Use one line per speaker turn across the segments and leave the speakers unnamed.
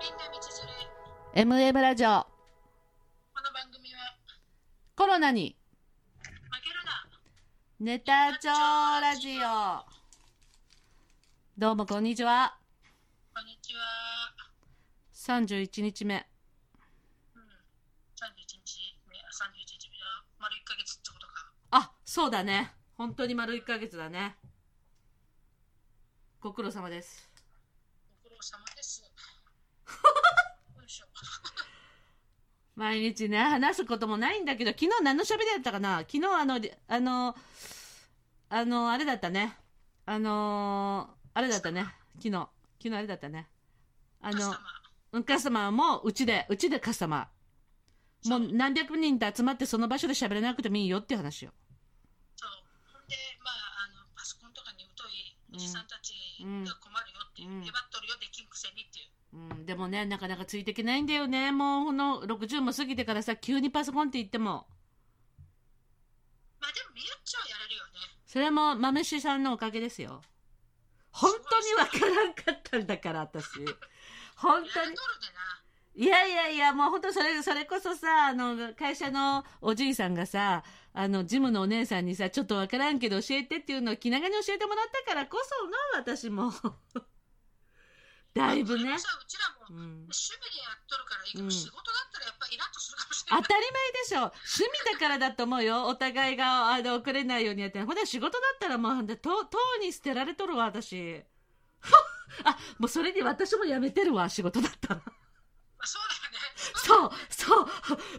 変な道それ。
MM ラジオ
この番組は
コロナに
負けるな。
ネタ帳ラジオどうもこんにちは
こんにちは。
31日目
うん。三十一日目、三十一日目だ。丸一ヶ月ってことか。
あそうだね本当に丸1ヶ月だねご苦労様です
ご苦労様です。よいしょ。
毎日ね話すこともないんだけど昨日何の喋りだったかな昨日あのりあのあのあれだったねあのあれだったね昨日昨日あれだったねあ
カス
の
タマー
うんカスタマーもうちでうちでカスタマーもう何百人と集まってその場所で喋れなくてもいいよっていう話よ
そう。ほんで、まあ、あの、パソコンとかに疎いおじさんたちが困るよっていうう。
ん
粘っとるよ、できんくせにっていう。
うん、でもね、なかなかついていけないんだよね。もう、この60も過ぎてからさ、急にパソコンって言っても、
まあ、でも、みゆっちはやれるよね。
それも、まめしさんのおかげですよ。本当にわからんかったんだから、私。本
や
当
れ
に
と。るでな。
いやいやいや、もう本当それ、それこそさ、あの、会社のおじいさんがさ、あの、ジムのお姉さんにさ、ちょっとわからんけど教えてっていうのを気長に教えてもらったからこそな、私も。だいぶね
まあ。それもさうちらも
う。ん
趣味でやっとるからいいけど、
うん
仕事だったらやっぱりイラッとするかもしれ
当
な
た
い。
り前でしょ趣味だからだと思うよお互いがあの遅れないようにやってほんで仕事だったらもうほんでとうとうに捨てられとるわ私 あもうそれに私もやめてるわ仕事だったら
まあ、そうだよね。
そうそう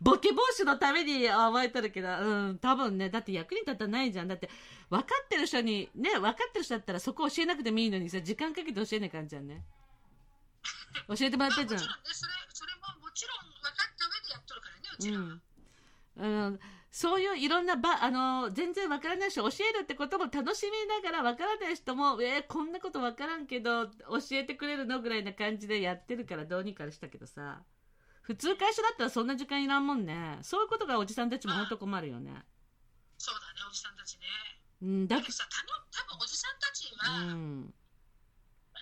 ボケ防止のために甘えてるけどうん多分ねだって役に立たないじゃんだって分かってる人にね分かってる人だったらそこ教えなくてもいいのにさ時間かけて教えなきゃじゃんね教えてもらってんじゃん
まあもちろんね、それ、それももちろん分かった上でやっとるからね、うちらは。
うん、あのそういういろんなばあの全然わからない人教えるってことも楽しみながらわからない人もえーこんなことわからんけど教えてくれるのぐらいな感じでやってるからどうにかしたけどさ普通会社だったらそんな時間いらんもんねそういうことがおじさんたちも本当困るよね、
そうだね、おじさんたちね。
うん、だ
だ
け
けどさ、たの多分おじさんたち
う
は、
ん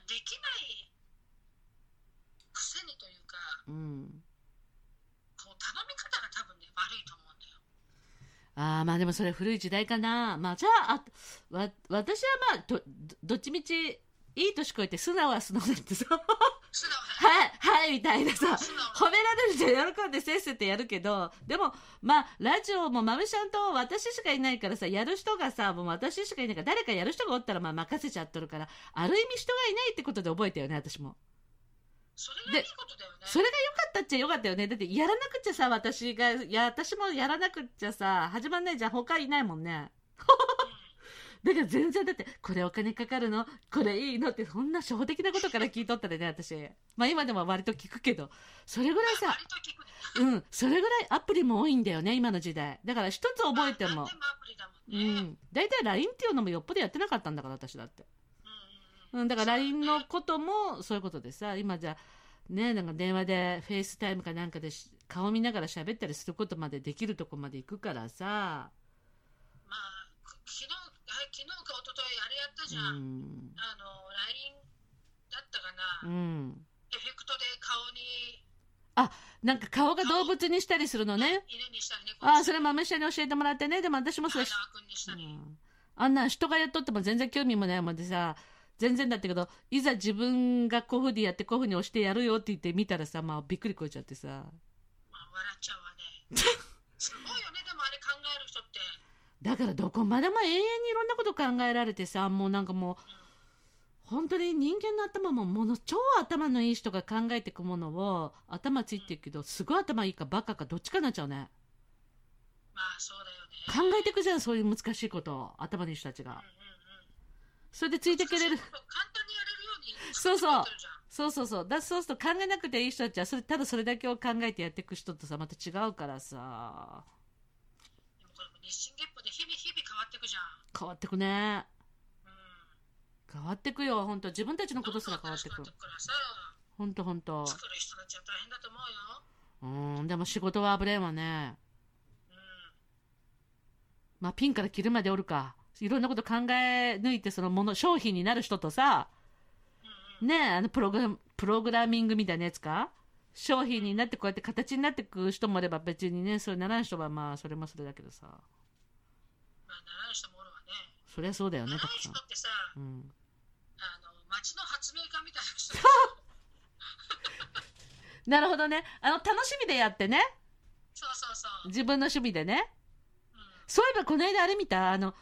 できないくせにというか、
うん
こう頼み方が多分ね、悪いと思うんだよ。
ああまあでもそれ古い時代かなまあじゃああわ私はまあどどどっちみちいい年こいて素直は素直だってさは
素直だね。
い はいみたいなさ
素直
褒められると喜んでせっせとやるけどでもまあラジオもまめちゃんと私しかいないからさやる人がさもう私しかいないから誰かやる人がおったらまあ任せちゃっとるからある意味人がいないってことで覚えたよね私も
それがいいことだよね。
それが良かったっちゃ良かったよねだってやらなくちゃさ私がいや私もやらなくちゃさ始まんないじゃん他いないもんね
うん
だから全然だってこれお金かかるのこれいいのってそんな初歩的なことから聞いとったでね私まあ今でも割と聞くけどそれぐらいさ
まあ割と聞くね。
うん、それぐらいアプリも多いんだよね、今の時代。だから一つ覚えて
ま
も
あ。何でもアプリだもん
う
ね。
ん。大体 LINE っていうのもよっぽどやってなかったんだから、私だって。
うん
うん、だから LINE
そうだ
の
ね
こともそういうことでさ、今じゃ、ね、なんか電話でフェイスタイムかなんかでし顔見ながら喋ったりすることまでできるとこまで行くからさ。
まあ、く昨日、はい昨日か一昨日あれやった
う
じゃん。
ん。
あの LINE だったか
う
な、
ん。
エフェクトで顔に
なんか顔が動物にしたりするのね。
犬にしたり猫
ああ、
にし
そ
たり
れ豆下に教えてもらってね。でも私もそれ
花輪君にしたり、
うんあんなん人がやっとっても全然興味もないもんでさ全然だったけどいざ自分がこういうふうにやってこういうふうに押してやるよって言って見たらさ、まあ、びっくりこいちゃってさ
まあ、笑っちゃうわね すごいよねでもあれ考える人って
だからどこまでも永遠にいろんなこと考えられてさもうなんかもう本当に人間の頭ももの超頭のいい人が考えていくものを頭ついてるけどすごい頭いいかバカかどっちかになっちゃうね
まあそうだよね
考えていくじゃんそういう難しいことを頭のいい人たち
うん
が
うんうん
それでついてくれる
そうそう簡単にやれるように
そうそう
作ってくれてるじゃん
そうそうそうだそうすると考えなくていい人たちはそれただそれだけを考えてやっていく人とさまた違うからさ
でもこれも日進月歩で日々日々変わっていくじゃん
変わってくね
うん
変わってくよ本当自分たちのことすら
どんど
変わ
ん
ってく
新しくなってくからさ
本当本当
作る人たちは大変だと思うよ
うんでも仕事はブレんわね
うん
まあピンから切るまでおるかいろんなこと考え抜いてそのもの商品になる人とさ
うんうん
ねえあのプログラムプログラミングみたいなやつか商品になってこうやって形になってく人もいれば別にねそれならん人はまあそれもそれだけどさ
まあ、習い人もおるわね。
そりゃそうだよね
習い
たくさ
人
ん、
ってさ、
うん、
あの、町の発明家みたいな 人。
なるほどねあの楽しみでやってね
そうそうそう。
自分の趣味でね
うん
そういえばこの間あれ見たあの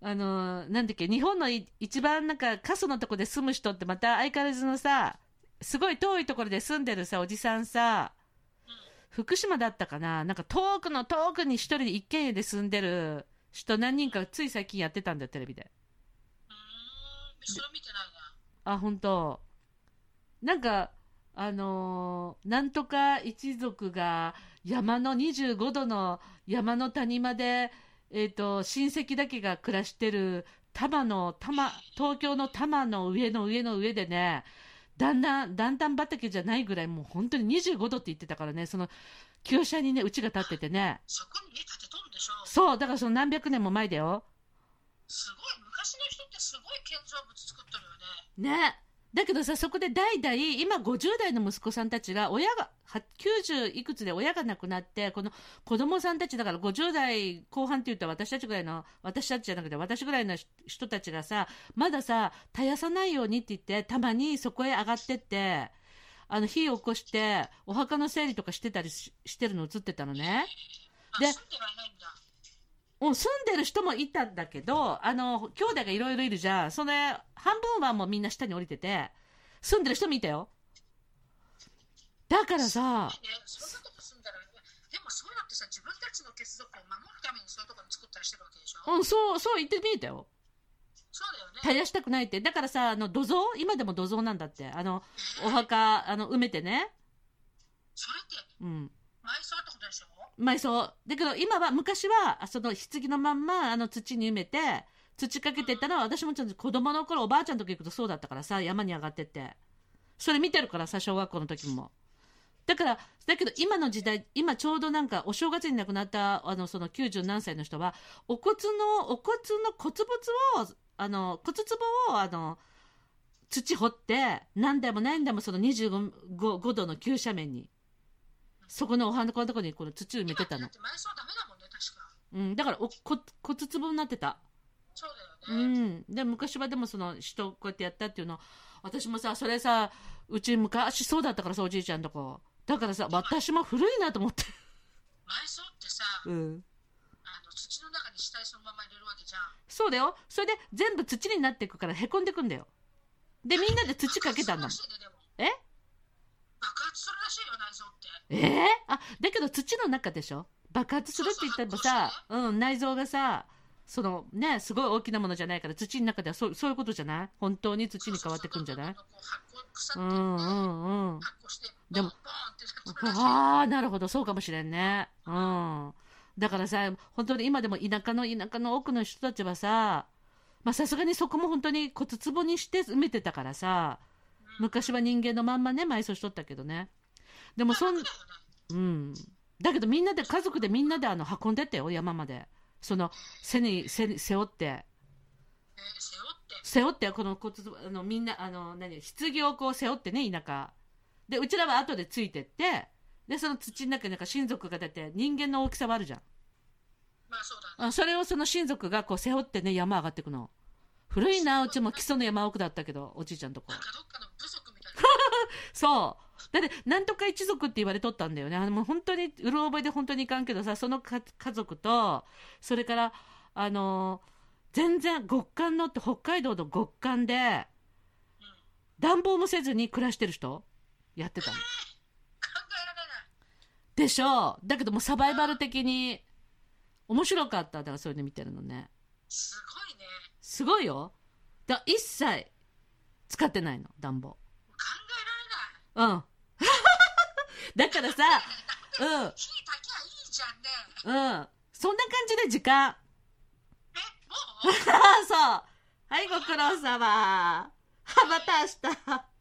あのなんだっけ日本のい一番なんか過疎のとこで住む人ってまた相変わらずのさすごい遠いところで住んでるさおじさんさ福島だったかななんか遠くの遠くに一人で一軒家で住んでる人何人かつい最近やってたんだよテレビで
うーん、それ見てないな。
あ本当なんかあのーなんとか一族が山の25度の山の谷間で、えー、と親戚だけが暮らしてる多摩の多摩東京の多摩の上の上の上でねだんだんだんだん畑じゃないぐらいもう本当に25度って言ってたからねその急斜にねうちが建っててね
そこに家建てとんでしょ。
そうだからその何百年も前だよ
すごい、昔の人ってすごい建造物作ってるよね。
ねだけどさそこで代々今50代の息子さんたちが親がは90いくつで親が亡くなってこの子供さんたちだから50代後半って言ったら私たちぐらいの私たちじゃなくて私ぐらいの人人たちがさまださ絶やさないようにって言ってたまにそこへ上がってってあの火を起こしてお墓の整理とかしてたりししてるの映ってたのね。
あ、
で
住んではいないんだ。
もう住んでる人もいたんだけど、あの、兄弟がいろいろいるじゃん。それ、半分はもうみんな下に降りてて、住んでる人もいたよ。だからさ、
ね、そんなとこ住んだら、でもそうだってさ、自分たちの血族を守るためにそういうところに作ったりしてるわけでしょ。
うん、そう、そう言ってみえたよ。
そうだよね。
絶やしたくないって。だからさ、あの、土蔵今でも土蔵なんだって。あの、お墓、あの、埋めてね。
それって
うん。
埋葬ってことでしょ
埋葬。だけど今は、昔は、あその、棺のまんま、あの、土に埋めて、土かけてったのは、私もちゃんと子供の頃、おばあちゃんの時行くとそうだったからさ、山に上がってって。それ見てるからさ、小学校の時も。だから、だけど今の時代、今ちょうどなんか、お正月に亡くなった、あの、その90何歳の人は、お骨の、お骨の骨仏を、あの、骨壺を、あの、土掘って、何代も何代もその25 5度の急斜面に、そこのお花のとこにこの土を埋めてたの
今。ってだって埋葬ダメだもんね、確か。
うん、だからおこ骨壺になってた。
そうだ
う
よね。
ん、で昔はでもその人こうやってやったっていうの私もさそれさうち昔そうだったからさおじいちゃんとこだからさ私も古いなと思って、
埋葬ってさ、
うん、
あの土の中に死体そのまま入れるわけじゃん。
そうだよそれで全部土になっていくからへこんでくんだよでみんなで土かけたんだもん
爆発するらしいねでも
え
爆発するらしいよ、内臓って。
えー、あだけど土の中でしょ爆発するって言ったらさうん、内臓がさそのねすごい大きなものじゃないから土の中ではそうそういうことじゃない本当に土に変わってくんじゃない
そうそうそうう
ん
どん
う
どんどんどんこう発酵腐っていって
んうんで
発酵して、
も
ボンボンってなってるらしい
ああ、なるほど、そうかもしれんね。うん。だからさ、本当に今でも田舎の田舎の多くの人たちはさ、まあさすがにそこも本当に骨壺にして埋めてたからさ、昔は人間のまんまね、埋葬しとったけどね。でもそん
まあ楽、だよね
うん。だけどみんなで、家族でみんなであの、運んでったよ、山まで。その、背に、背に、背負って。
えー背負って。
背負ってこの骨壺あのみんなあの何棺をこう背負ってね田舎でうちらは後でついてってでその土の中になんか親族が出て人間の大きさはあるじゃん
まあそうだね。
あそれをその親族がこう背負ってね山上がっていくの古いなうちも基礎の山奥だったけどおじいちゃんとこ
なんかどっかの部族みたいな。
そうだってなんとか一族って言われとったんだよねあのもう本当にうろ覚えで本当にいかんけどさそのか家族とそれからあの全然極寒のって北海道の極寒で
うん
暖房もせずに暮らしてる人やってたの。
考えられない。
でしょだけどもうサバイバル的に面白かった。だからそういうの見てるのね。
すごいね。
すごいよ。だ一切使ってないの、暖房。
考えられ
う
ない。
ん。 だからさ、うん、うん。
火炊きゃいいじゃんね。
そんな感じで時間。
え、もう
そう。はい、ご苦労様。はまた明日。